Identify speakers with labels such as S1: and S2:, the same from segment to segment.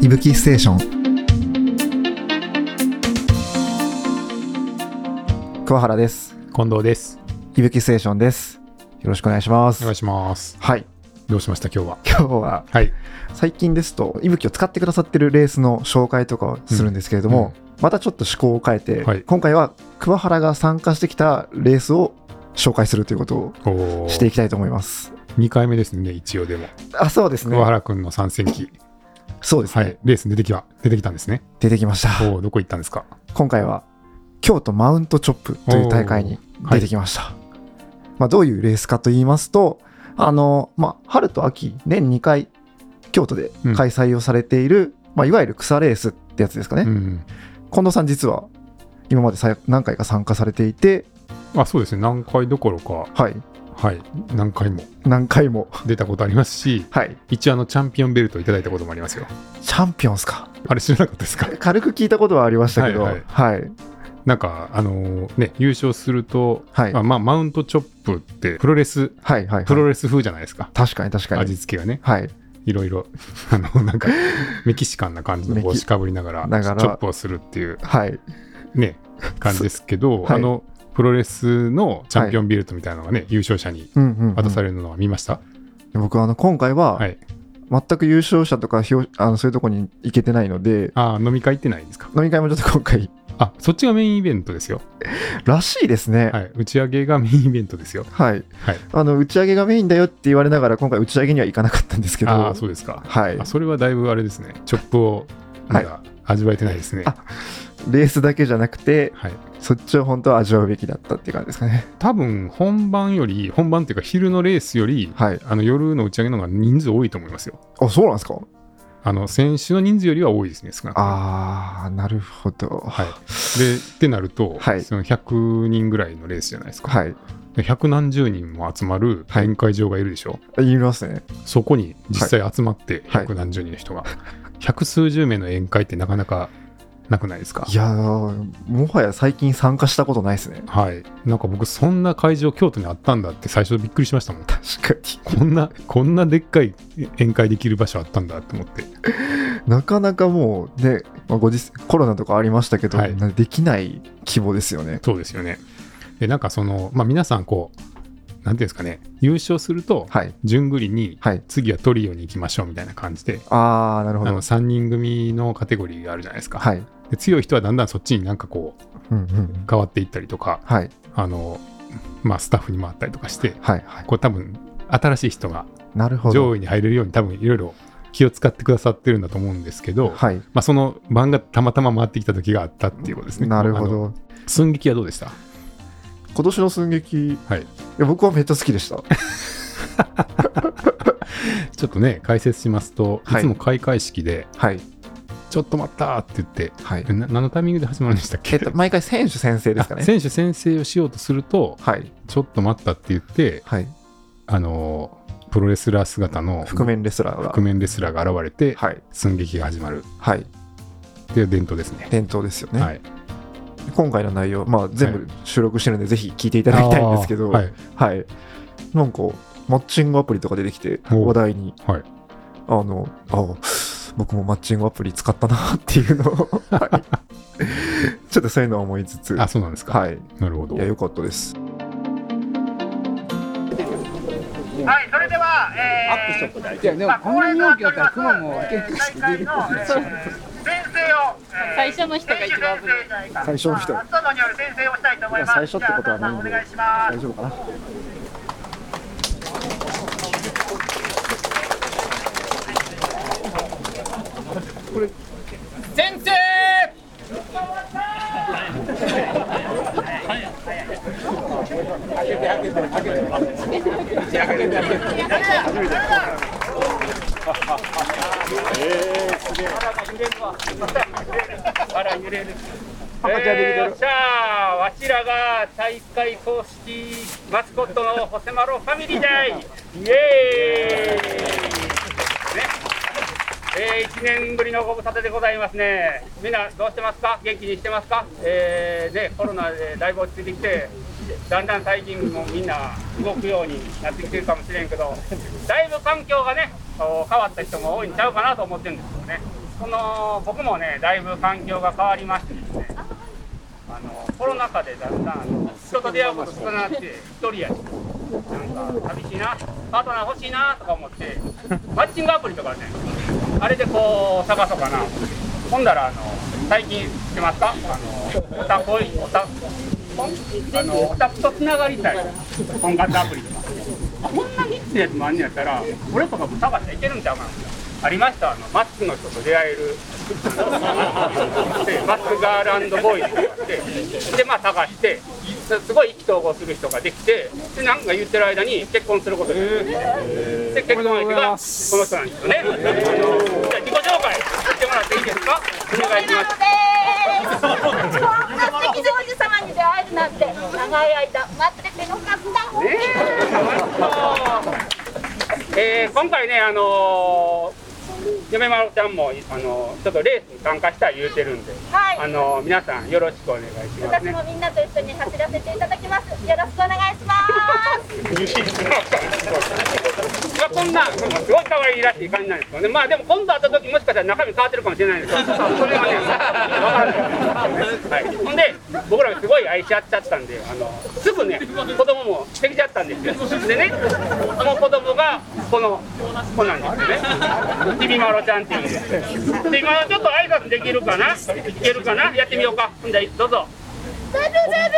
S1: いぶきステーション桑原です
S2: 近藤です。
S1: いぶきステーションですよろしくお願いしま
S2: お
S1: す
S2: 願いします。
S1: はい
S2: どうしました今日は。
S1: 今日は
S2: はい。
S1: 最近ですといぶきを使ってくださってるレースの紹介とかをするんですけれども、またちょっと趣向を変えて、
S2: はい
S1: 今回は桑原が参加してきたレースを紹介するということを
S2: お
S1: していきたいと思います
S2: 2回目ですね、一応でも。
S1: あそうですね
S2: 桑原君の参戦記、
S1: そうです
S2: は
S1: ね、
S2: い、レースに出てきは出てきたんですね。
S1: 出てきました
S2: おーどこ行ったんですか
S1: 今回は京都マウントチョップという大会に出てきました、まあ、どういうレースかと言いますとあの、まあ、春と秋年2回京都で開催をされている、まあ、いわゆる草レースってやつですかね、
S2: うん。
S1: 近藤さん実は今までさ何回か参加されていて、
S2: あ、そうですね、何回どころか、
S1: はい、
S2: はい、何回も
S1: 何回も、
S2: 出たことありますし、
S1: はい、
S2: 一応あの、チャンピオンベルトをいただいたこともありますよ。
S1: チャンピオンっすか
S2: あれ知らなかった ですか
S1: 軽く聞いたことはありましたけどは
S2: はいい
S1: はい、
S2: なんか、あのーね、優勝すると、
S1: はい
S2: まあ、まあマウントチョップって、プロレス、
S1: はいはい
S2: プロレス風じゃないですか。
S1: 確かに確かに
S2: 味付けがね。
S1: はい
S2: いろいろ、 あの、なんか、メキシカンな感じの帽
S1: メ
S2: 子
S1: キ
S2: かぶりながら、
S1: ながら
S2: チョップをするっていう、
S1: はい
S2: ね、感じですけど、
S1: はい
S2: あの、プロレスのチャンピオンビルトみたいなのがね、優勝者に
S1: うんうん、う
S2: 渡
S1: ん
S2: されるのは見ました、
S1: 僕はあの今回は、
S2: はい。
S1: 全く優勝者とか表あのそういうとこに行けてないので
S2: ああ、飲み会行ってないんですか。
S1: 飲み会もちょっと今回
S2: あ、そっちがメインイベントですよ。
S1: らしいですねは、
S2: はいい。打ち上げがメインイベントですよ。はい。
S1: あの打ち上げがメインだよって言われながら今回打ち上げには行かなかったんですけど
S2: ああ、そうですか。
S1: はい
S2: あそれはだいぶあれですね。チョップを、まだ味わえてないですね。
S1: あレースだけじゃなくて
S2: はい。
S1: そっちを本当は味わうべきだったっていう感じですかね
S2: 多分、本番より、本番っていうか、昼のレースより、
S1: はい
S2: あの夜の打ち上げの方が人数多いと思いますよ。
S1: あそうなんですか
S2: あの選手の人数よりは多いですね、少なくとも
S1: ああなるほどは
S2: はい、でってなると、
S1: はい
S2: その100人ぐらいのレースじゃないですか、
S1: はい
S2: で100何十人も集まる
S1: はい
S2: 宴会場がいるでしょ、
S1: 言いますね
S2: そこに実際集まって、
S1: はい
S2: 100何十人の人が、百数十名の宴会ってなかなかなくないですか
S1: い、やーもはや最近参加したことないですね
S2: はい、なんか僕、そんな会場、京都にあったんだって最初びっくりしましたもん。
S1: 確か
S2: こんなこんなでっかい宴会できる場所あったんだと思って、
S1: になかなかもうね、まあ、ご時コロナとかありましたけど、
S2: はい
S1: なできない規模ですよね
S2: そうですよね。で、なんかその、まあ、皆さん、こう、なんていうんですかね、優勝すると、
S1: はい
S2: 順繰りに
S1: はい
S2: 次はトリオに行きましょうみたいな感じで、
S1: ああなる
S2: あ
S1: ほど
S2: の3人組のカテゴリーがあるじゃないですか、
S1: はい。
S2: で強い人はだんだんそっちになんかこう
S1: うんうん。
S2: 変わっていったりとか
S1: はい。
S2: あの、まあ、スタッフに回ったりとかして
S1: はい。はい。
S2: こう多分新しい人が
S1: なるほど。
S2: 上位に入れるように多分いろいろ気を使ってくださってるんだと思うんですけど、
S1: はい。
S2: まあ、その番がたまたま回ってきた時があったっていうことですね。
S1: なるほ
S2: あの。
S1: ど。
S2: 寸劇はどうでした
S1: 今年の寸劇、い
S2: はい、
S1: や僕はめっちゃ好きでした。
S2: ちょっとね解説しますと、
S1: はい
S2: い、つも開会式で
S1: はい。
S2: 「ちょっと待った!」って言って
S1: はい。
S2: えな何のタイミングで始まるんでしたっ
S1: え
S2: け
S1: っと、毎回選手先生ですか
S2: あ
S1: ね。
S2: 選手宣誓をしようとすると、
S1: はい。
S2: ちょっと待ったって言って、
S1: はい。
S2: あのープロレスラー姿の
S1: 覆面レスラーが
S2: 覆。面レスラーが現れて、
S1: はい。
S2: 寸劇が始まる
S1: はい。
S2: っていう伝統ですね。
S1: 伝統ですよね。
S2: はい、
S1: 今回の内容、まあ、全
S2: は
S1: 部収録してるんで、ぜひ聞いていただきたいんですけど、
S2: あーは
S1: はい。
S2: い
S1: なんか、マッチングアプリとか出てきて、
S2: おう
S1: 話題に。
S2: はい、
S1: あの、あ僕もマッチングアプリ使ったなっていうのを、はい。ちょっとそういうのを思いつつ、
S2: あそうなんですか、
S1: はい。
S2: なるほど
S1: いや、良かったです。
S3: はい、それでは、えー、アップしとく大丈夫。まあ、恒例となっております、クマも大会の、えー、先生を、えー、
S4: 最初の人が一番危ない
S3: 最初の人。まあ、後による先生をしたいと思います。最初ってことはないんで、お願いします。大丈夫かな。
S4: 先生
S3: えー、じゃあ、わしらが大会公式マスコットのホセマロファミリーだい。イエーイ。ね。えー、1年ぶりのご無沙汰でございますね、みんなどうしてますか、元気にしてますか、えーね、コロナでだいぶ落ち着いてきて、だんだん最近もみんな動くようになってきてるかもしれんけど、だいぶ環境がね、こう変わった人も多いんちゃうかなと思ってるんですよね。その僕もねだいぶ環境が変わりましてですねあのコロナ禍でだんだんあの人と出会うこと少なくなって一人やしなんか寂しいなパートナー欲しいなとか思ってマッチングアプリとかねあれでこう探そうかなほんだらあの最近知ってますかあのオタコイオタあのオタクとつながりたい婚活アプリとかあこんなニッチなやつもあんねやったら俺とかも探していけるんちゃうかなありましたあのマスクの人と出会えるでマスクガールボーイズとかあってでまあ探してすごい意気投合する人ができてでなんか言ってる間に結婚することになってで結婚相手がこの人なんですよねあのじゃあ自己紹介してもらっていいですかお願いします
S5: す。奇王子様に出会えるなんて長い間待っててよかった。
S3: ねえー今回ね、あのー、嫁まろちゃんも、あのーちょっとレースに参加したい言うてるんで、
S5: はい
S3: あのー皆さんよろしくお願いします
S5: 私
S3: ね
S5: も。みんなと一緒に走らせていただきます。よろしくお願いします。
S3: まあこんな、すごい可愛いらしい感じなんですけどね。まあでも今度会った時もしかしたら中身変わってるかもしれないんですけど、それはね、わからないですよね。はい。ほんで、僕らすごい愛し合っちゃったんで、あの、すぐね、子供もできちゃったんですよ。でね、その子供が、この子なんですよね。ちびまろちゃんっていうんですよ。で、今ちょっと挨拶できるかないけるかなやってみようか。ほんで、どうぞ。
S5: サルサ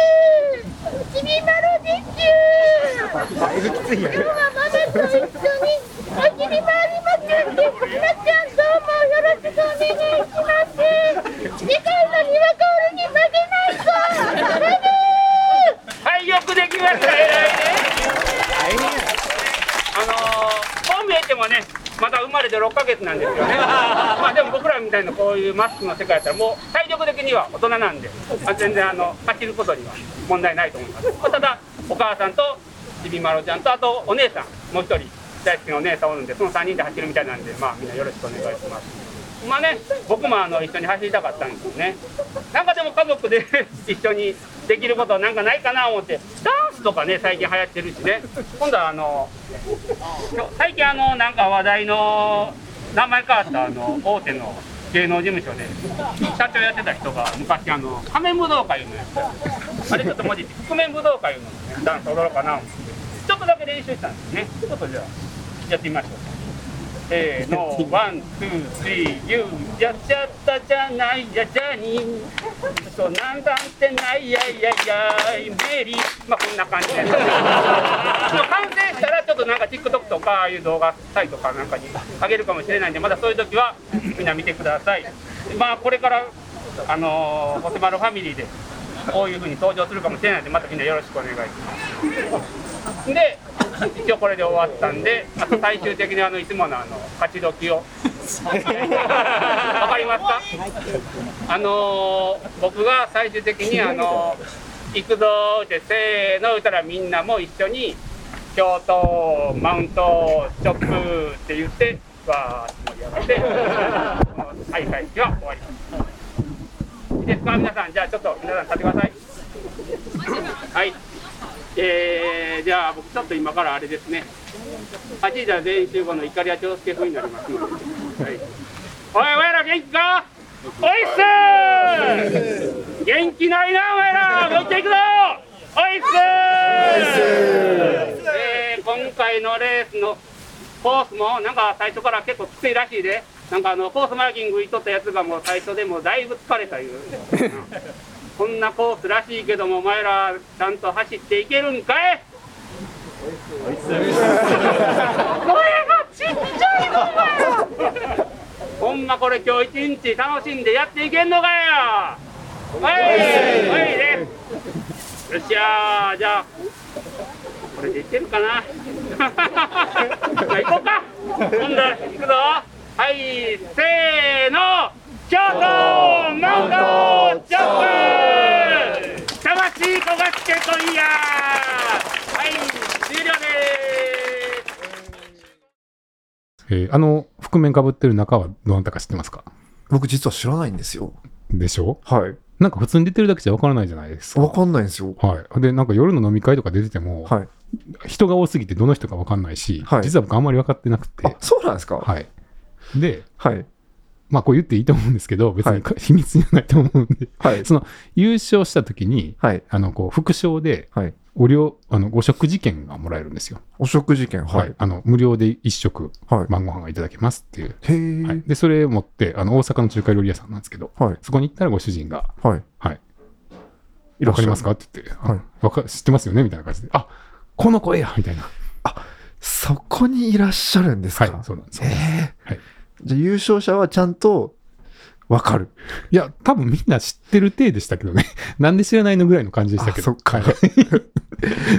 S5: ル、ちびまろです。今日はママと一緒に走り回りますんで、なっちゃんどうもよろしくお願いします。次回のリワコールに負けないぞ。サル
S3: はい、よくできました。偉いね。あのー、こう見えてもね、まだ生まれて6ヶ月なんですよね。まあでも僕らみたいなこういうマスクの世界だったらもう体力的には大人なんで、まあ、全然あの走ることには問題ないと思います。まあ、ただお母さんとちびまろちゃんとあとお姉さんもう一人大好きなお姉さんおるんでその3人で走るみたいなんでまあみんなよろしくお願いします。まあね、僕もあの一緒に走りたかったんですよね。なんかでも家族で 一緒にできることなんかないかな思って、ダンスとかね、最近流行ってるしね。今度はあの、最近あの、なんか話題の、名前変わったあの、大手の芸能事務所で、社長やってた人が昔あの、仮面武道会いうのやってたあれちょっと文字って、覆面武道会いうののね、ダンス踊ろうかな思って、ちょっとだけ練習したんですね。ちょっとじゃあ、やってみましょう。せーの、ワン、ツー、スリー、ユー、やっちゃったじゃないや、ジャニー。そう、なんだってないや、いや、いや、ベリー。まあ、こんな感じで。完成したら、ちょっとなんか TikTok とか、ああいう動画サイトかなんかにあげるかもしれないんで、まだそういう時は、みんな見てください。まあ、これから、あのー、ホセマルファミリーで、こういうふうに登場するかもしれないんで、またみんなよろしくお願いします。で一応これで終わったんであと最終的にあのいつものあの勝ち時をわかりますかあのー僕が最終的にあのー行くぞーってせーの言ったらみんなも一緒に京都マウントショップって言ってわーって盛り上がってこの開会式は終わりますいいですか皆さんじゃあちょっと皆さん立ってくださいはいえー、じゃあ僕ちょっと今からあれですね8時は全員集合の怒りや長介風になりますので、はい、おいお前ら元気かおいっすー元気ないなお前らもう一回行くぞおいっすーえー、今回のレースのコースもなんか最初から結構きついらしいでなんかあのコースマーキングいとったやつがもう最初でもうだいぶ疲れたいう。こんなコースらしいけども、お前ら、ちゃんと走っていけるんかい声がちっちゃいのお前らほんまこれ今日一日楽しんでやっていけんのかよはいはいねよっしゃーじゃあこれでいってるかな じゃあ行こうか今度行くぞはいせーの京都マウントジャンプ魂焦がしてこいやはい終了です
S2: えーあの覆面かぶってる中はどなたか知ってますか
S1: 僕実は知らないんですよ。
S2: でしょ
S1: はい。
S2: なんか普通に出てるだけじゃわからないじゃないですか。
S1: わかんないんですよ。
S2: はい、でなんか夜の飲み会とか出てても、
S1: はい。
S2: 人が多すぎてどの人かわかんないし、
S1: はい
S2: 実は僕あんまり分かってなくて
S1: あ、、そうなんですか
S2: はい、で
S1: はい。
S2: まあこう言っていいと思うんですけど、別
S1: は
S2: に
S1: い
S2: か 秘密じゃないと思うんで、
S1: はい
S2: その優勝した時に、
S1: はい。
S2: あの、こう、副賞で、
S1: はい。
S2: お料、あの、ご食事券がもらえるんですよ。
S1: お食事券、はい。
S2: あの、無料で一食、
S1: はい。
S2: 晩ご飯がいただけますっていう。
S1: へえ、
S2: はい。で、それ持って、あの、大阪の中華料理屋さんなんですけど、
S1: はい。
S2: そこに行ったらご主人が、
S1: はい。
S2: はい。
S1: いらっしゃ
S2: わか
S1: る
S2: りますかって言って、
S1: はい
S2: あわか、知ってますよねみたいな感じで、あこの声やみたいな。
S1: そこにいらっしゃるんです
S2: は
S1: か、
S2: い、そうなんです。
S1: ええ
S2: はい
S1: じゃあ優勝者はちゃんとわかる。
S2: いや、多分みんな知ってる体でしたけどね。 なんで知らないのぐらいの感じでしたけど。
S1: あそっか
S2: はい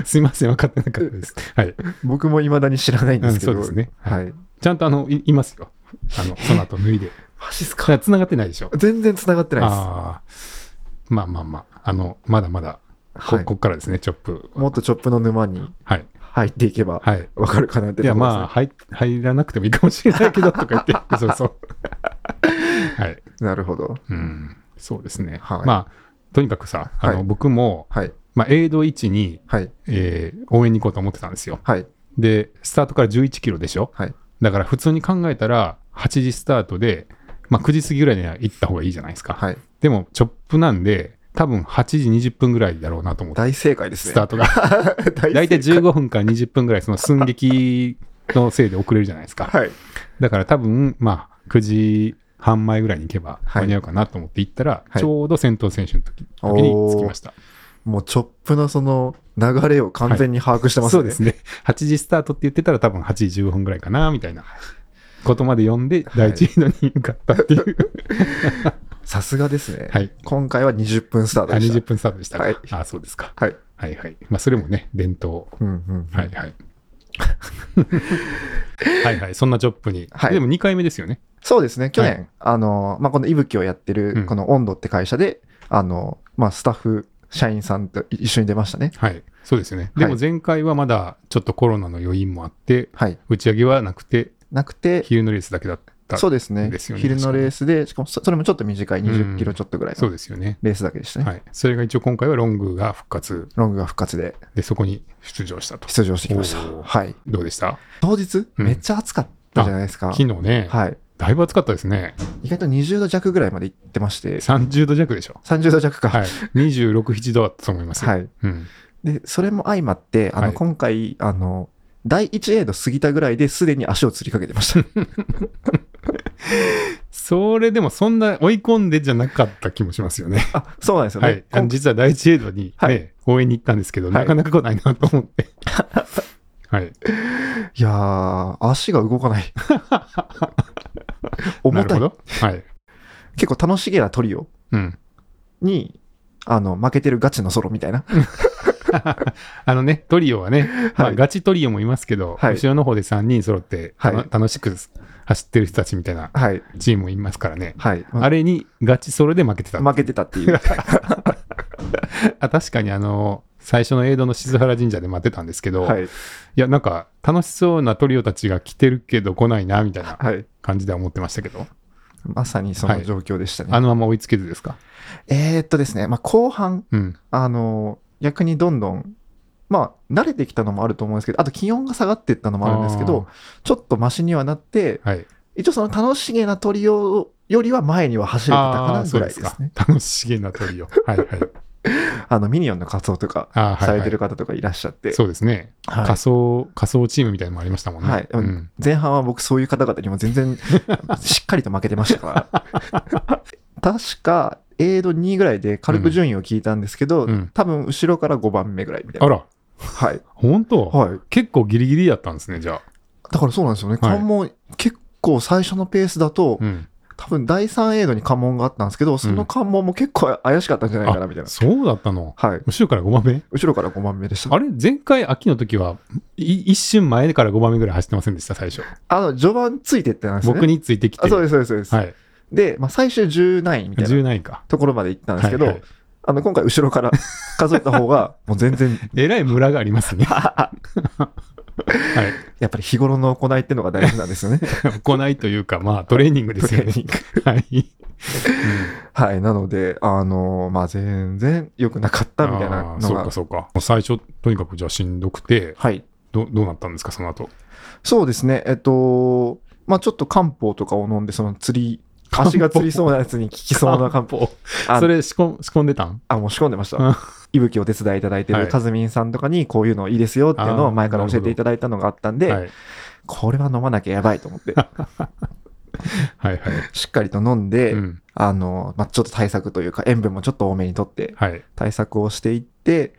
S2: すいま せん、分かってなかったです。はい。
S1: 僕もいまだに知らないんですけど。
S2: うんそうですね
S1: はい。
S2: ちゃんとあの、いいますよ。あの、その後脱いで。
S1: マジっす
S2: だか
S1: から
S2: 繋がってないでしょ。
S1: 全然繋がってないです。
S2: ああー。まあまあまあ。あの、まだまだ、こ、
S1: はい
S2: こっからですね、チョップ。
S1: もっとチョップの沼に
S2: はい。
S1: 入っていけば
S2: はい。
S1: わかるかなって
S2: いや、
S1: ところですね
S2: まあ、入、入らなくてもいいかもしれないけど、とか言 って。そうそう。はい。
S1: なるほど。
S2: うん。そうですね。
S1: はい
S2: まあ、とにかくさ、あの、
S1: はい
S2: 僕も、
S1: はい。
S2: まあ、エイド1に、
S1: はい。
S2: えー応援に行こうと思ってたんですよ。
S1: はい。
S2: で、スタートから11キロでしょ
S1: はい。
S2: だから普通に考えたら、8時スタートで、まあ9時過ぎぐらいには行った方がいいじゃないですか。
S1: はい。
S2: でも、チョップなんで、多分8時20分ぐらいだろうなと思っ て、
S1: 大正解ですね。
S2: スタートが。
S1: 大正
S2: 大体
S1: 解
S2: 15分から20分ぐらい、その寸劇のせいで遅れるじゃないですか。
S1: はい。
S2: だから多分、まあ、9時半前ぐらいに行けば
S1: はい
S2: 間に合うかなと思って行ったら、
S1: はい
S2: ちょうど先頭選手の時時に着きました。
S1: もうチョップのその流れを完全に把握してますね。
S2: そうですね。8時スタートって言ってたら多分8時15分ぐらいかな、みたいなことまで読んで、第一エンドに向かったっていう。
S1: さすがですね。
S2: はい。
S1: 今回は20分スター
S2: あ
S1: トでした。
S2: 20分スタートでしたか。
S1: はい
S2: あそうですか。
S1: はい。
S2: はいはい。まあ、それもね、伝統。
S1: うんうん。
S2: はいはい。はいはい。そんなジョップに。
S1: はい
S2: でも2回目ですよね。
S1: そうですね。去年、
S2: は
S1: あの、まあ、このいぶきをやって
S2: うん
S1: る、この温度って会社で、あの、まあ、スタッフ、社員さんと一緒に出ましたね。
S2: はい。そうですよね。
S1: は
S2: で
S1: い
S2: も前回はまだちょっとコロナの余韻もあって、
S1: はい。
S2: 打ち上げはなくて、
S1: なくて、
S2: 昼のレースだけだった。
S1: そうですね。
S2: ですよね
S1: 昼のレースで、しかもそそれもちょっと短い、20キロちょっとぐらい
S2: そう
S1: の
S2: ですよね。
S1: レースだけでしたね。
S2: はい。それが一応今回はロングが復活
S1: ロングが復活で
S2: で、そこに出場したと。
S1: 出場してきました
S2: おー。
S1: はい。
S2: どうでした
S1: 当日、
S2: うん
S1: めっちゃ暑かったじゃないですか。
S2: 昨日ね、
S1: はい。
S2: だいぶ暑かったですね。
S1: 意外と20度弱ぐらいまで行ってまして、
S2: 30度弱でしょ。
S1: 30度弱か。
S2: はい。26、7度だったと思いますよ。
S1: はい
S2: うん。
S1: で、それも相まって、あ
S2: は
S1: の、
S2: い
S1: 今回、あの、第1エイド過ぎたぐらいですでに足をつりかけてま した。
S2: それでもそんな追い込んでじゃなかった気もしますよ ね。
S1: あ、そうなんですよね。
S2: はい。あ
S1: 今
S2: の実は第一エイドに、ね
S1: はい
S2: 応援に行ったんですけど、
S1: はい
S2: なかなか来ないなと 思って。はい。
S1: いやー、足が動か ない。重た
S2: なるほ
S1: い。
S2: ど。はい。
S1: 結構楽しげなトリオ
S2: うん。
S1: に、あの、負けてるガチのソロみたいな。
S2: あのね、トリオはね、まあ、ガチトリオもいますけど、
S1: はい
S2: 後ろの方で3人揃って、
S1: はい
S2: あの楽しく走ってる人たちみたいな
S1: はい。
S2: チームもいますからね。
S1: はい。ま
S2: あれにガチソロで負けてた。
S1: 負けてたって いう。
S2: あ確かにあの、最初のエイドの静原神社で待ってたんですけど、、
S1: はいい。
S2: や、なんか楽しそうなトリオたちが来てるけど来ないな、みたいな
S1: はい。
S2: 感じでは思ってましたけど、
S1: まさにその状況でしたね。
S2: あのまま追いつけずですか。
S1: えー、っとですね、まあ、後半、
S2: うん。
S1: あの、逆にどんどん、まあ、慣れてきたのもあると思うんですけど、あと気温が下がっていったのもあるんですけど、ちょっとマシにはなって、
S2: はい。
S1: 一応その楽しげなトリオよりは前には走れてたか
S2: あ
S1: な
S2: ー
S1: ぐらいですね。
S2: そうか楽しげなトリオ。はいはい。
S1: あの、ミニオンの仮装とか
S2: あーはい、
S1: さ
S2: はい。
S1: れてる方とかいらっしゃって、
S2: そうですね。
S1: はい
S2: 仮想、仮想チームみたいなのもありましたもんね。
S1: はい
S2: うん。
S1: 前半は僕そういう方々にも全 然しっかりと負けてましたから。 確か、エイド2位ぐらいで軽く順位を聞いたんですけど、
S2: うんうん
S1: 多分後ろから5番目ぐらいみたい
S2: あ
S1: な。
S2: ら、
S1: はい。
S2: 本当、
S1: はい。
S2: 結構ギリギリだったんですね、じゃあ。
S1: だからそうなんですよね。
S2: はい
S1: 関門、結構最初のペースだと、
S2: うん。
S1: 多分第3エイドに関門があったんですけど、その関門も結構怪しかったんじゃないかなみたいな。
S2: そうだったの。
S1: はい。
S2: 後ろから5番目
S1: 後ろから5番目でした。
S2: あれ前回秋の時はい一瞬前から5番目ぐらい走ってませんでした、最初。
S1: あの、序盤ついてってなんですね。
S2: 僕についてきて。
S1: あそうです、そうです、そうです。
S2: はい。
S1: で、まあ、最終10何位みたいな
S2: 17位か。
S1: ところまで行ったんですけど、
S2: はいはい
S1: あの、今回後ろから数えた方 が、もう全然、
S2: えらいムラがあ りますね。はい。
S1: やっぱり日頃の行いっていうのが大事なんですよね。
S2: 行いというか、まあトレーニングですよね
S1: トレーニン。
S2: はい。
S1: はい。なので、あの、まあ、全然良くなかったみたいな
S2: あー
S1: の
S2: そう
S1: が
S2: か、。そうか。もう最初、とにかくじゃあしんどくて、
S1: はい。
S2: どどうなったんですか、その後。
S1: そうですね。えっと、まあ、ちょっと漢方とかを飲んで、その釣り、足がつりそうなやつに効きそうな漢方。あ
S2: それ仕込ん仕込んでたん
S1: あ、もう仕込んでまし
S2: うん
S1: た。いぶきお手伝いいただいて
S2: はい
S1: るかずみんさんとかに、こういうのいいですよっていうの
S2: あ
S1: を
S2: ー
S1: 前から教えていただいたのがあったんで、
S2: はい、はい
S1: これは飲まなきゃやばいと思 って、
S2: はい。
S1: しっかりと飲ん で、
S2: うん
S1: あの、まあ、ちょっと対策というか、塩分もちょっと多めにとって、
S2: はい。
S1: 対策をしていって、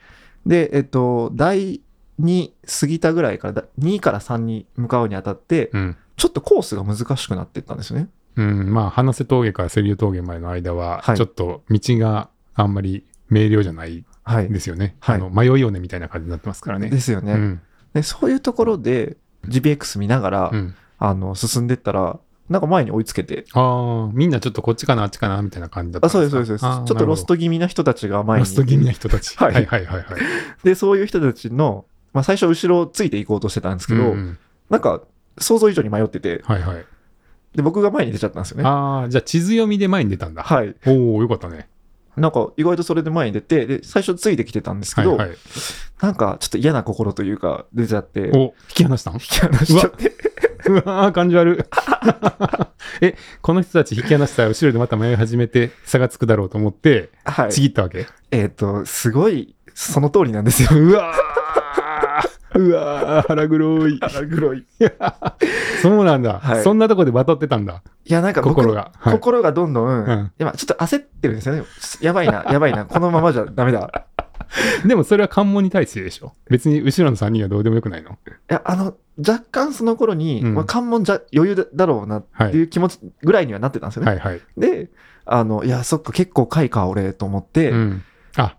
S1: で、えっと、第2過ぎたぐらいから、だ2から3に向かうにあたって、
S2: うん。
S1: ちょっとコースが難しくなっていったんですよね。
S2: うん、まあ、花瀬峠から瀬流峠までの間は、
S1: はい
S2: ちょっと道があんまり明瞭じゃない
S1: はい。
S2: ですよね。
S1: はい
S2: あの迷いよねみたいな感じになってますからね。
S1: ですよね、
S2: うん。
S1: で。そういうところで、GPX 見ながら、
S2: うん、
S1: あの、進んでったら、なんか前に追いつけて、
S2: ああ、みんなちょっとこっちかな、あっちかな、みたいな感じだった
S1: あ、
S2: ん
S1: そうです、
S2: か
S1: そうです。ち
S2: あ
S1: ょ
S2: ー
S1: っとロスト気味な人たちが前に。
S2: ロスト気味な人たち。は、
S1: はいい
S2: はいはいはいはい。
S1: で、そういう人たちの、まあ最初後ろをついていこうとしてたんですけど、
S2: うんうん
S1: なんか想像以上に迷ってて、
S2: はいはい。
S1: で、僕が前に出ちゃったんですよね。
S2: ああ、じゃあ地図読みで前に出たんだ。
S1: はい。
S2: おお、よかったね。
S1: なんか意外とそれで前に出て、で、最初ついてきてたんですけ
S2: は
S1: ど、
S2: いはい。
S1: なんかちょっと嫌な心というか出ちゃって、
S2: お
S1: 引
S2: 引き離したん
S1: き離しちゃって、
S2: うわー、感じ 悪い。え、この人たち引き離したら後ろでまた迷い始めて差がつくだろうと思って、
S1: はい。
S2: ちぎったわけ。
S1: えっ、と、すごい、その通りなんですよ。
S2: うわーうわー腹 黒い。腹黒い。そうなんだ、
S1: はい
S2: そんなとこでバトってたんだ。
S1: いや、なんか僕
S2: 心がはい
S1: 心がどんどん、
S2: ん
S1: 今ちょっと焦ってるんですよね。やばい な、やばいな、このままじゃダメだ。
S2: でもそれは関門に対してでしょ。別に後ろの3人はどうでもよくないの。
S1: いや、あの、若干その頃に、
S2: うん
S1: まあ、関門じゃ余裕だだろうなっていう気持ちぐらいにはなってたんですよね。
S2: はいはい。
S1: で、あの、いや、そっか、結構回か、俺、と思って、
S2: うん。あ、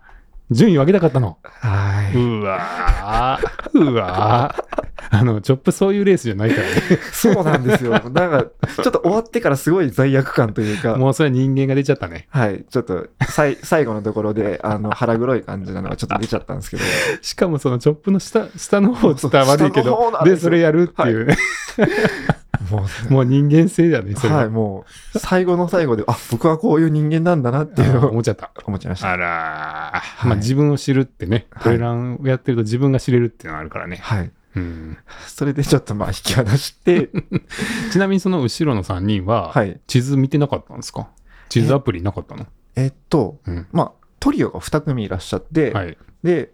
S2: 順位を上げたかったの。
S1: はーい。
S2: うわー うわーあの、チョップそういうレースじゃないからね。
S1: そうなんですよ。 なんか、ちょっと終わってからすごい罪悪感という か、
S2: もうそれは人間が出ちゃったね。
S1: はい、ちょっとさい、最後のところで、あの、腹黒い感じなのがちょっと出ちゃったんですけど、
S2: しかもそのチョップの下、下の方伝わ悪いけ
S1: そう下の
S2: ど
S1: 方、なん
S2: で、
S1: ですよ
S2: それやるっていうね。
S1: も、
S2: もう人間性だね、そうれは。
S1: はい、もう、最後の最後で、あ、僕はこういう人間なんだなっていう
S2: あー
S1: の
S2: 思
S1: を
S2: っちゃった。
S1: 思っちゃいました。
S2: あらー、
S1: い
S2: まあ自分を知るってね、
S1: はい
S2: トレランをやってると自分が知れるっていうのがあるからね。
S1: はい。
S2: うん、
S1: それでちょっとまあ、引き離して、
S2: ちなみにその後ろの3人
S1: は
S2: は、
S1: い。
S2: 地図見てなかったんですか地図アプリなかったの
S1: えっと、
S2: うん。
S1: まあ、トリオが2組いらっしゃって、
S2: はい。
S1: で、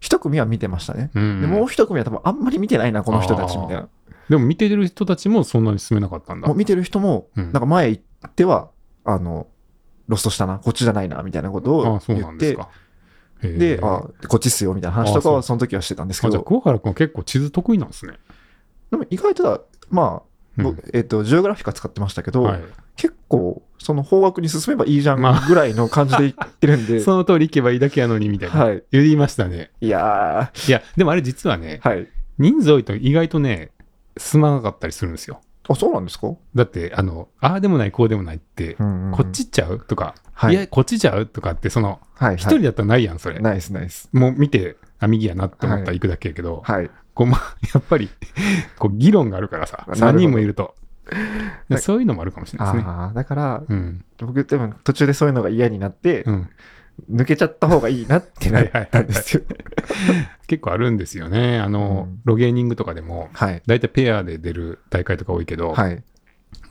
S1: 1組は見てましたね。
S2: うん
S1: でもう1組は多分あんまり見てないな、この人たちみたいな。
S2: でも見てる人たちもそんなに進めなかったんだ
S1: もう。見てる人も、
S2: うん
S1: なんか前行っては、あの、ロストしたな、こっちじゃないな、みたいなこと
S2: あ
S1: を
S2: あ、そう
S1: 言
S2: なん
S1: っ
S2: で
S1: て、
S2: すか。へー
S1: で、あこっちっすよ、みたいな話とか
S2: あそう
S1: はその時はしてたんですけ
S2: あじゃあ、
S1: ど、
S2: 桑原君は結構地図得意なんですね。
S1: でも意外とだ、まあ、
S2: うん
S1: ぼえっと、ジオグラフィカ使ってましたけど、
S2: はい、
S1: 結構、その方角に進めばいいじゃん
S2: まあ
S1: ぐらいの感じで行ってるんで、
S2: その通り行けばいいだけやのにみたいな、
S1: はい。
S2: 言いましたね。
S1: いや
S2: いや、でもあれ実はね、
S1: ー、はい。
S2: 人数多いと意外とね、進まなかったりするんですよ。
S1: あ、そうなんですか、
S2: だって、あの、ああでもない、こうでもないって、
S1: うんうんうん
S2: こっちちゃうとか、、
S1: はいい
S2: や、こっちちゃうとかって、その、
S1: はい、はい。
S2: 一人だったらないやん、それ。
S1: ナイスナイス。
S2: もう見て、あ、右やなって思ったら
S1: はい
S2: 行くだけやけど、
S1: はい。
S2: こう、まあ、やっぱり、 こう、議論があるからさ、
S1: なるほど
S2: 3人もいると。そういうのもあるかもしれないですね。
S1: ああ、だから、
S2: うん。
S1: 僕、多分途中でそういうのが嫌になって、
S2: うん。
S1: 抜けちゃった方がいいなってなったんですよ。
S2: 結構あるんですよね。あの、
S1: うん
S2: ロゲーニングとかでも、
S1: はい。
S2: 大体ペアで出る大会とか多いけど、
S1: はい。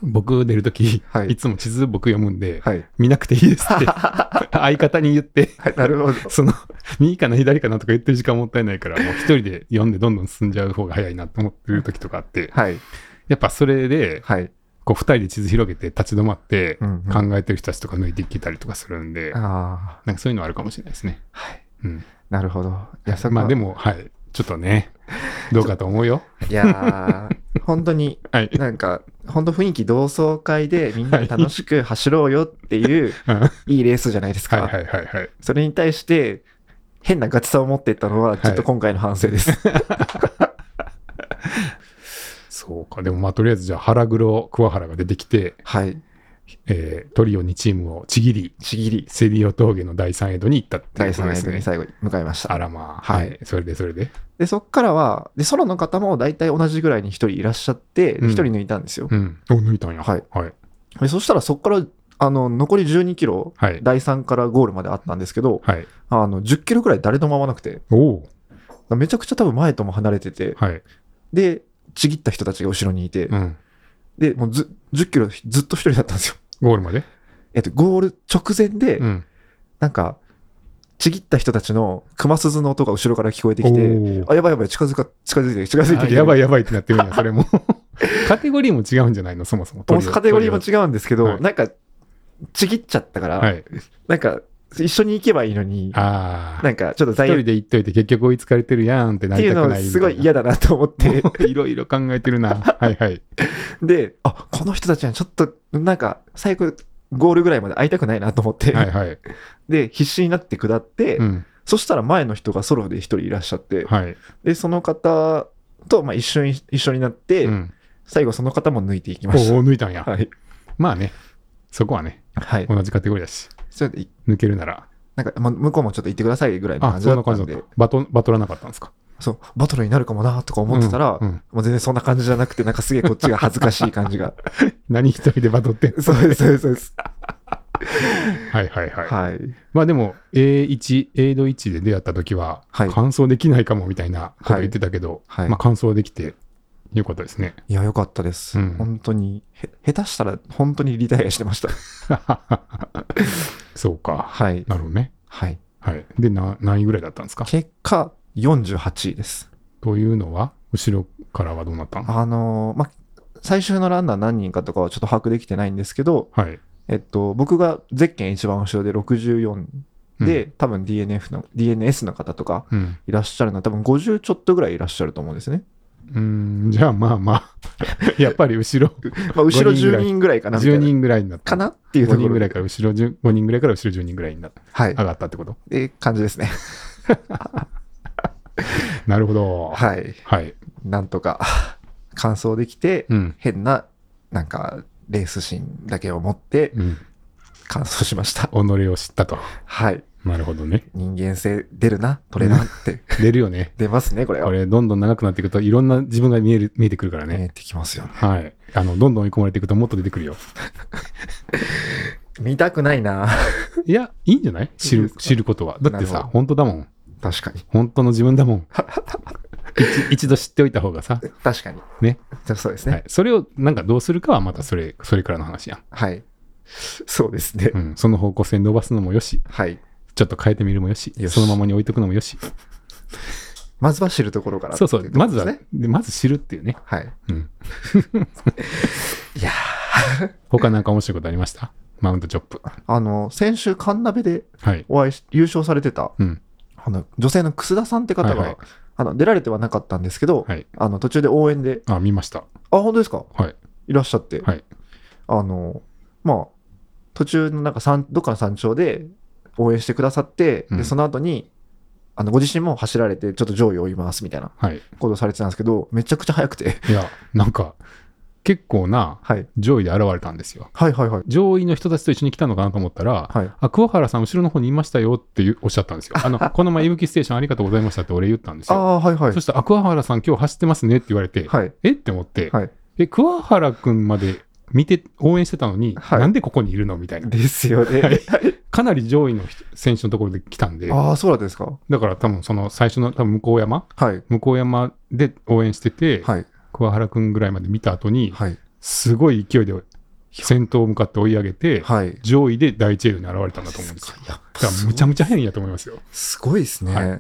S2: 僕出るとき、
S1: はい
S2: い、つも地図僕読むんで、
S1: はい。
S2: 見なくていいです って、相方に言って、
S1: はい、なるほど。
S2: その、右かな左かなとか言ってる時間もったいないから、もう一人で読んでどんどん進んじゃう方が早いなと思ってる時とかあって、
S1: はい。
S2: やっぱそれで、
S1: はい。
S2: こう二人で地図広げて立ち止まって
S1: うんう、ん
S2: 考えてる人たちとか抜いていけたりとかするんで、
S1: ああ、
S2: なんかそういうのはあるかもしれないですね。
S1: はい。
S2: うん。
S1: なるほど。いや、そこ
S2: ま
S1: は
S2: あでも、はい。ちょっとね、どうかと思うよ。
S1: いやー本当に、
S2: はい。
S1: なんか、本当雰囲気同窓会でみんなで楽しく走ろうよって いう、
S2: うんはい
S1: いいレースじゃないです
S2: はい
S1: か
S2: は。いはい。
S1: それに対して、変なガチさを持っていったのは、ちょっと今回の反省です。
S2: そうか。でもまあとりあえずじゃあ腹黒桑原が出てきて、
S1: はい。
S2: えートリオ2チームをちぎり、
S1: ちぎり、
S2: セリオ峠の第3エドに行ったってい
S1: 第
S2: うこと
S1: 3
S2: で
S1: エン
S2: す
S1: ドに
S2: ね。
S1: 最後に向かいました
S2: あ。らまあ、は。
S1: はい
S2: それでそれで。
S1: で、そっからは、で、ソロの方も大体同じぐらいに1人いらっしゃって、で
S2: うん
S1: 1人抜いたんですよ。
S2: うん。お、抜いたんや。
S1: はい。
S2: はい。
S1: でそしたらそこから、あの、残り12キロ、
S2: はい。
S1: 第3からゴールまであったんですけど、
S2: はい。
S1: あの、10キロぐらい誰とも合わなくて、
S2: おお。
S1: めちゃくちゃ多分前とも離れてて、
S2: はい。
S1: で、ちぎった人たちが後ろにいて
S2: う、ん。
S1: で、もうず10キロずっと1人だったんですよ。
S2: ゴールまで。
S1: えっと、ゴール直前で、
S2: うん。
S1: なんか、ちぎった人たちの熊鈴の音が後ろから聞こえてき
S2: お
S1: て、
S2: ー
S1: あ、やばいやばい、近づか、近づいてる、近づいて
S2: あ
S1: る。
S2: やばい
S1: い。
S2: やばいってなって るんや、それも。カテゴリーも違うんじゃないの、そもそも。
S1: カテゴリーも違うんですけど、
S2: はい
S1: なんか、ちぎっちゃったから、
S2: はい。
S1: なんか、一緒に行けばいいのに、
S2: ああ。
S1: なんか、ちょっと
S2: 一
S1: 罪悪
S2: 人で行っといて結局追いつかれてるやんってな
S1: って
S2: り
S1: いう
S2: た
S1: の
S2: く
S1: が
S2: ないみた
S1: すごい嫌だなと思って、
S2: いろいろ考えてるな。はいはい。
S1: で、あ、この人たちにはちょっと、なんか、最後、ゴールぐらいまで会いたくないなと思って、
S2: はいはい。
S1: で、必死になって下って、
S2: うん。
S1: そしたら前の人がソロで一人いらっしゃって、
S2: はい。
S1: で、その方と、まあ、一緒に、一緒になって、
S2: うん。
S1: 最後その方も抜いていき
S2: お
S1: まし
S2: お、抜いたんや
S1: た。。はい。
S2: まあね。そこはね、
S1: はい。
S2: 同じカテゴリーだし、
S1: それで、
S2: 抜けるなら。
S1: なんか、まあ、向こうもちょっと行ってくださいぐらいの
S2: あ、
S1: 感じ
S2: そ
S1: だ
S2: んな
S1: った
S2: 感じ
S1: ん
S2: だ
S1: で
S2: った、。バトン、バトらなかったんですか。
S1: そう、バトルになるかもなとか思ってたら、
S2: うんうん
S1: もう全然そんな感じじゃなくて、なんかすげえこっちが恥ずかしい感 じが。
S2: 何一人でバトってんの
S1: そうです、そうです、そうです。
S2: はいはいはい。
S1: はい。
S2: まあでも A1、A 度1で出会った時は、
S1: はい
S2: 完走できないかもみたいなこと言ってたけど、
S1: はいはい
S2: まあ完走できてよかったです ね。
S1: いや、よかったです。
S2: うん
S1: 本当に、へ下手したら本当にリタイアしてま した。
S2: そうか。
S1: はい。
S2: なるほどね。
S1: はい。
S2: はい。で、な何位ぐらいだったんですか
S1: 結果、48位です。
S2: というのは、後ろからはどうなったの
S1: あのーまあ、最終のランナー何人かとかはちょっと把握できてないんですけど、
S2: はい。
S1: えっと、僕がゼッケン一番後ろで64で、
S2: う
S1: 多分 DNF の、DNS の方とか
S2: うん。
S1: いらっしゃるのは多分50ちょっとぐらいいらっしゃると思うんですね。
S2: うん、じゃあま あまあ、やっぱり後ろ、
S1: まあ、後ろ
S2: 5人ぐ
S1: 10人ぐら
S2: らい
S1: いかなみたい
S2: 10
S1: な。
S2: 人ぐらいになった。
S1: かなっていうとこ
S2: 5
S1: ろ
S2: 人ぐら
S1: で
S2: いから後ろ10、5人ぐらいから後ろ10人ぐらいにな
S1: はい。
S2: 上がったってこと
S1: え感じですね。
S2: なるほど。い。
S1: はい。
S2: はい。
S1: なんとか、 完走できて、
S2: うん。
S1: 変な、なんか、レースシーンだけを持って、
S2: うん。
S1: 完走しました。
S2: 己を知ったと。
S1: はい。
S2: なるほどね。
S1: 人間性出るな、トレランって。
S2: 出るよね。
S1: 出ますね、これ
S2: こ
S1: は。
S2: れ、どんどん長くなっていくと、いろんな自分が見える見えてくるから
S1: 見
S2: ね。
S1: えてきますよね。
S2: はい。あの、どんどん追い込まれていくと、もっと出てくるよ。
S1: 見たくないな。
S2: いや、いいんじゃない知
S1: いい
S2: る
S1: です、か
S2: 知ることは。だって
S1: なる
S2: さ、
S1: ほど
S2: 本当だもん。
S1: 確かに。
S2: 本当の自分だもん。 一一度知っておいた方がさ。
S1: 確かに。
S2: ね。
S1: そうです
S2: は
S1: ね
S2: い。。それを、なんかどうするかは、またそれ、それからの話やん。
S1: はい。そうですね。
S2: うん。その方向性伸ばすのもよし、
S1: はい。
S2: ちょっと変えてみるもよし、
S1: よし
S2: そのままに置いとくのもよし。
S1: まずは知るところから。
S2: そうそう。まずは、
S1: ね。
S2: でまず知るっていうね。
S1: はい。
S2: うん。
S1: いや
S2: 他なんか面白いことありましたマウントチョップ。
S1: あの、先週、カンナベで
S2: はい。
S1: お会いし、優勝されてた、
S2: うん。
S1: あの、女性の楠田さんって方が、
S2: はいはい
S1: あの、出られてはなかったんですけど、
S2: はい
S1: あの、途中で応援で、
S2: あ、見ました。
S1: あ、本当ですか
S2: はい。
S1: いらっしゃって、
S2: はい。
S1: あの、まあ、途中のなんか山、どっかの山頂で応援してくださって、
S2: う
S1: で、
S2: ん
S1: その後に、あの、ご自身も走られて、ちょっと上位を追いますみたいな
S2: はい。
S1: ことをされてたんですけど、めちゃくちゃ速くて、
S2: いや、なんか、結構な
S1: はい。
S2: 上位で現れたんですよ。
S1: はいはいはい。
S2: 上位の人たちと一緒に来たのかなと思ったら、
S1: はい
S2: あ、桑原さん、後ろの方にいましたよっていうおっしゃったんですよ。あの、この前、いぶきステーションありがとうございましたって俺言ったんです
S1: あ
S2: よ。
S1: あ、はいはい
S2: そ。したら、あ、桑原さん、今日走ってますねって言われて、
S1: はい。
S2: えって思って、
S1: はい。
S2: え、桑原くんまで見て、応援してたのに、
S1: はい
S2: なんでここにいるのみたいな。
S1: ですよね。
S2: かなり上位の人選手のところで来たんで、
S1: ああ、そうだったですか。
S2: だから多分その最初の多分向山
S1: はい。
S2: 向山で応援してて、
S1: はい。
S2: 桑原くんぐらいまで見た後に、
S1: はい。
S2: すごい勢いで先頭を向かって追い上げて、
S1: はい。
S2: 上位で第一エールに現れたんだと思うんですよ。
S1: やっ
S2: だからむちゃむちゃ変やと思いますよ。
S1: すごいですね、
S2: は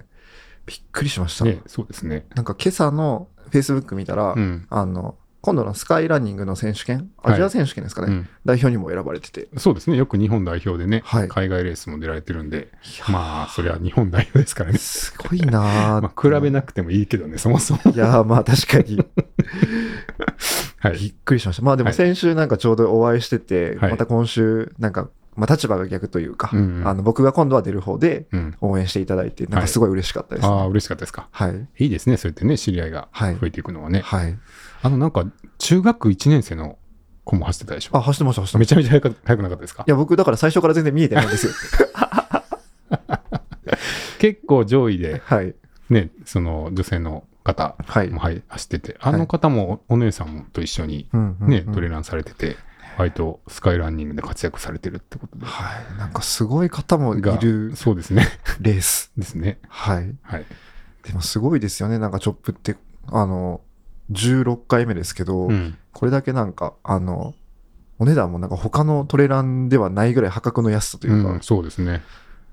S1: びっくりしました。
S2: ね、そうですね。
S1: なんか今朝の Facebook 見たら、
S2: うん。
S1: あの、今度のスカイランニングの選手権、
S2: はい
S1: アジア選手権ですかね、
S2: うん
S1: 代表にも選ばれてて、
S2: そうですね。よく日本代表でね、
S1: はい
S2: 海外レースも出られてるんで、まあ、それは日本代表ですからね。
S1: すごいなー
S2: まあ、比べなくてもいいけどね、そもそも。
S1: いやーまあ確かに
S2: はい
S1: び。っくりしました。まあでも先週なんかちょうどお会いしてて、
S2: はい
S1: また今週なんか、まあ、立場が逆というか、
S2: うんうん
S1: あの僕が今度は出る方で
S2: うん。
S1: 応援していただいて、なんかすごい嬉しかったです、
S2: ああ、
S1: ね
S2: 嬉しかったですか。
S1: はい。
S2: いいですね、そうやってね、知り合いが
S1: はい
S2: 増えていくのはね。
S1: はい。
S2: あの、なんか、中学1年生の子も走ってたでしょ。
S1: あ、走ってました、走ってま
S2: め
S1: し
S2: ちゃめちゃ速く速くなかったですか
S1: た。いや、僕だから最初から全然見えてないん ですよ。
S2: 結構上位で、
S1: はい。
S2: ね、その女性の方
S1: はい
S2: も、。はい、走ってて、あの方もお姉さんもと一緒に、
S1: うんうん
S2: ね、
S1: うん
S2: トレランされてて、割とスカイランニングで活躍されてるってことで。
S1: はい。なんかすごい方もい
S2: が
S1: る
S2: そうですね。
S1: レース。
S2: ですね。
S1: はい。
S2: はい。
S1: でもすごいですよね。なんかチョップって、あの、16回目ですけど、
S2: うん。
S1: これだけなんか、あの、お値段もなんか他のトレランではないぐらい破格の安さというか、
S2: うん、そうですね。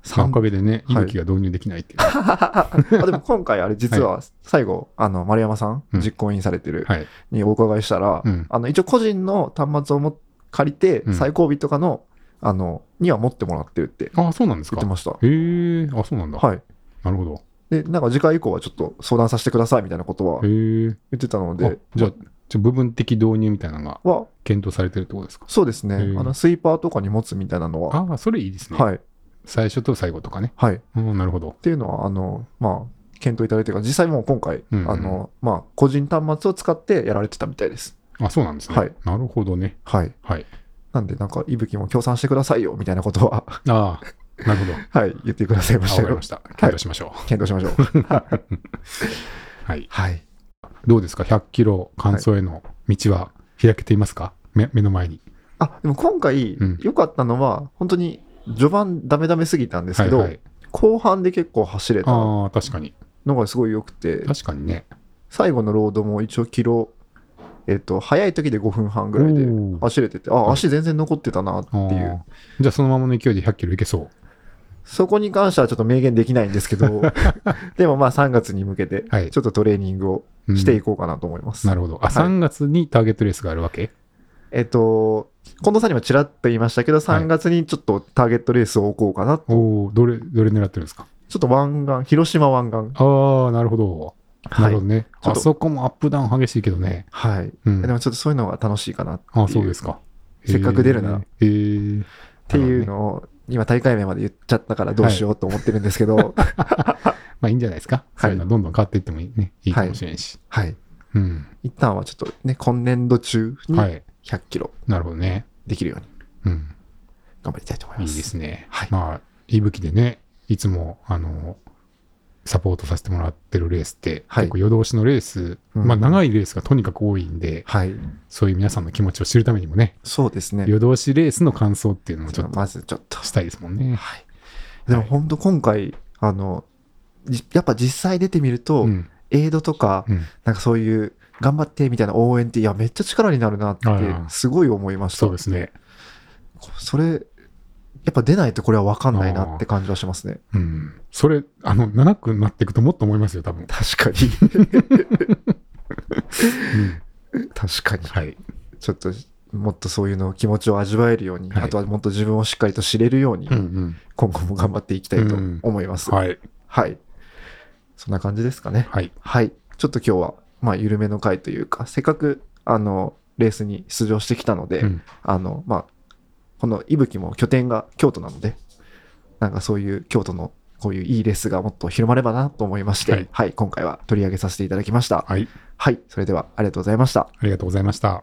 S1: 三
S2: おかげでね、
S1: はい
S2: 息吹が導入できないっていう。
S1: あでも今 回あれ実は最後、あの丸山さん
S2: うん
S1: 実行委員されてる
S2: はい。
S1: にお伺いしたら、
S2: うん
S1: あの一応個人の端末をも借りて
S2: うん
S1: 最後尾とかの,、あのには持ってもらってるって
S2: あ、そうなんです
S1: 言
S2: か。
S1: ってました。
S2: へえ、あ、そうなんだ。
S1: はい、
S2: なるほど。
S1: でなんか次回以降はちょっと相談させてくださいみたいなことは
S2: へ
S1: 言
S2: え。
S1: ってたの
S2: あ
S1: で、
S2: じゃあ、ちょ部分的導入みたいなのが
S1: は
S2: 検討されてるってことですか。
S1: そうですね、
S2: へー
S1: あのスイーパーとかに持つみたいなのは、
S2: ああ、それいいですね。
S1: はい
S2: 最初と最後とかね。
S1: はい、っ
S2: うん、なるほど。
S1: ていうのはあの、まあ、検討いただいてるから実際もう今回、
S2: うんうん
S1: あのまあ、個人端末を使ってやられてたみたいです。
S2: あ、そうなんですね。
S1: はい
S2: なるほどね。
S1: はい、
S2: はい。
S1: なんで、なんか、いぶきも協賛してくださいよみたいなことは、
S2: ああ、なるほど。
S1: はい、言ってくださいま
S2: あ
S1: した
S2: わか
S1: よ
S2: り ました。検討しましょう。
S1: 検討しましょ う。
S2: はい。
S1: はい。
S2: どうですか ?100 キロ完走への道は開けていますか、目目の前に。
S1: あ、でも今回
S2: うん、
S1: 良かったのは、本当に、序盤ダメダメすぎたんですけど、
S2: はいはい、
S1: 後半で結構走れたの
S2: ああ、確かに。
S1: がすごい良くて、
S2: 確かにね。
S1: 最後のロードも一応キロ、えっ、と、早い時で5分半ぐらいで
S2: おー
S1: 走れてて、あ、足全然残ってたなっていう。
S2: あーじゃあそのままの勢いで100キロいけそう。
S1: そこに関してはちょっと明言できないんですけ ど、でもまあ3月に向けて
S2: は、い
S1: ちょっとトレーニングを
S2: うん
S1: していこうかなと思います。
S2: なるほど。あ、
S1: はい
S2: 3月にターゲットレースがあるわけ、
S1: えっと、近藤さんにもちらっと言いましたけど、3月にちょっとターゲットレースを置こうかな。
S2: おおどれ、どれ狙ってるんですか
S1: ちょっと湾岸、広島湾岸。
S2: ああ、なるほど。なるほどね。
S1: ちょっ
S2: あ
S1: と
S2: そこもアップダウン激しいけどね。
S1: はい。
S2: うん
S1: で。もちょっとそういうのが楽しいかなっていう
S2: あそうですか。
S1: せっかく出るなら
S2: へー。っ
S1: っていうのを、今大会名まで言っちゃったからどうしようと思ってるんですけど、はい。
S2: まあいいんじゃないですか。
S1: はい
S2: そういうのはどんどん変わっていってもいい,、ね、いいかもしれんし。うん。
S1: 一旦はちょっとね、今年度中に
S2: は
S1: 100
S2: い。
S1: キロ
S2: なるほどね。
S1: できるように
S2: うん。
S1: 頑張りたいと思い
S2: いい
S1: ま。
S2: ですすね。
S1: はい
S2: まあ、いぶきでね、いつも、あの、サポートさせてもらってるレースって、
S1: はい
S2: 結構夜通しのレース、
S1: うん
S2: まあ長いレースがとにかく多いんで、
S1: はい。
S2: そういう皆さんの気持ちを知るためにもね、
S1: そうですね。
S2: 夜通しレースの感想っていうのをちょっ
S1: まずちょっと
S2: と。したいですもんね。
S1: はい。でも本当今回、あの、じやっぱ実際出てみると、
S2: うん。
S1: エイドとか、
S2: うん
S1: なんかそういう、頑張ってみたいな応援って、いや、めっちゃ力になるなって
S2: あ、あ
S1: すごい思いました。
S2: そうですね。
S1: それ、やっぱ出ないとこれは分かんないなって感じはしますね。
S2: うん。それ、あの、長くなっていくともっと思いますよ、多分。
S1: 確かに。 確かに。
S2: はい。
S1: ちょっと、もっとそういうの気持ちを味わえるように、
S2: はい
S1: あとはもっと自分をしっかりと知れるように、
S2: うんうん。
S1: 今後も頑張っていきたいと思います。はい、
S2: はい。
S1: そんな感じですかね。
S2: はい。
S1: はい。ちょっと今日は、まあ、緩めの回というか、せっかく、あの、レースに出場してきたので、
S2: うん
S1: あの、まあ、このいぶきも拠点が京都なので、なんかそういう京都のこういういいレースがもっと広まればなと思いまして、
S2: は
S1: はいい、今回は取り上げさせていただきました。
S2: はい。
S1: はい、それではありがとうございました。
S2: ありがとうございました。